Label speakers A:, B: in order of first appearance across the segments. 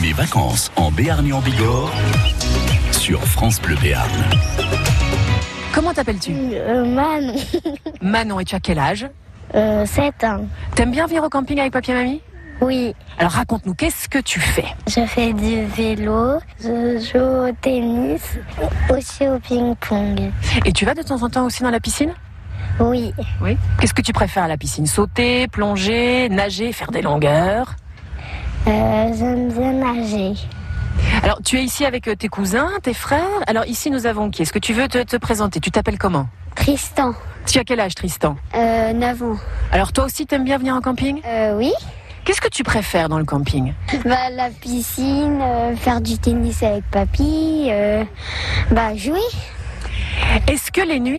A: Mes vacances en Béarn et en Bigorre sur France Bleu Béarn.
B: Comment t'appelles-tu
C: Euh, Manon,
B: Manon, et tu as quel âge
C: euh, 7 ans.
B: T'aimes bien venir au camping avec papier mamie
C: Oui,
B: Alors raconte-nous, qu'est-ce que tu fais
C: je fais du vélo, je joue au tennis, aussi au ping-pong.
B: Et tu vas de temps en temps aussi dans la piscine
C: Oui,
B: Oui. Qu'est-ce que tu préfères à la piscine Sauter, plonger, nager, faire des longueurs
C: euh, j'aime bien nager.
B: Alors tu es ici avec euh, tes cousins, tes frères. Alors ici nous avons qui Est-ce que tu veux te, te présenter Tu t'appelles comment
C: Tristan,
B: Tu as quel âge Tristan
C: euh, 9 ans.
B: Alors toi aussi t'aimes bien venir en camping
C: Euh, oui,
B: Qu'est-ce que tu préfères dans le camping
C: bah, la piscine, euh, faire du tennis avec papy, euh, bah, jouer.
B: Est-ce que les nuits...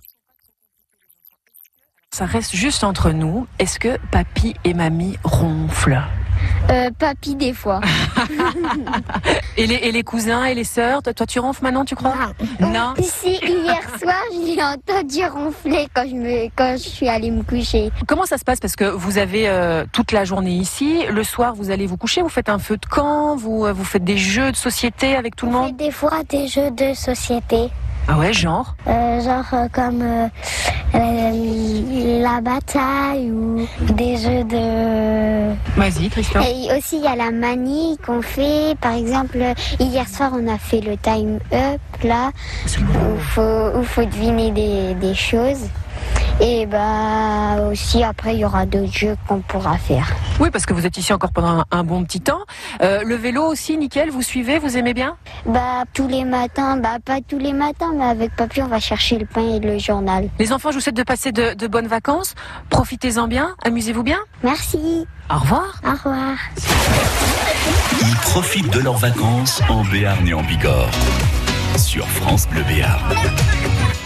B: Ça reste juste entre nous. Est-ce que papy et mamie ronflent
C: Euh, papy, des fois.
B: Et les, et les cousins et les sœurs, toi, toi, tu ronfles maintenant, tu crois Non.
C: Si, hier soir, je l'ai entendu ronfler quand je, me, quand je suis allée me coucher.
B: Comment ça se passe Parce que vous avez euh, toute la journée ici, le soir vous allez vous coucher, vous faites un feu de camp, vous, euh, vous faites des jeux de société avec tout le
C: On fait
B: monde
C: des fois des jeux de société.
B: Ah ouais, genre
C: Euh, genre euh, comme euh, euh, la bataille ou des jeux de...
B: Vas-y, Tristan.
C: Et aussi il y a la manie qu'on fait. Par exemple, hier soir on a fait le time up là où faut, où faut deviner des, des choses. Et bah aussi après il y aura d'autres jeux qu'on pourra faire.
B: Oui, parce que vous êtes ici encore pendant un, un bon petit temps. Euh, le vélo aussi, nickel, vous suivez, vous aimez bien
C: Bah tous les matins, bah pas tous les matins, mais avec papy on va chercher le pain et le journal.
B: Les enfants, je vous souhaite de passer de, de bonnes vacances. Profitez-en bien, amusez-vous bien.
C: Merci,
B: Au revoir.
C: au revoir.
A: Ils profitent de leurs vacances en Béarn et en Bigorre sur France Bleu Béarn.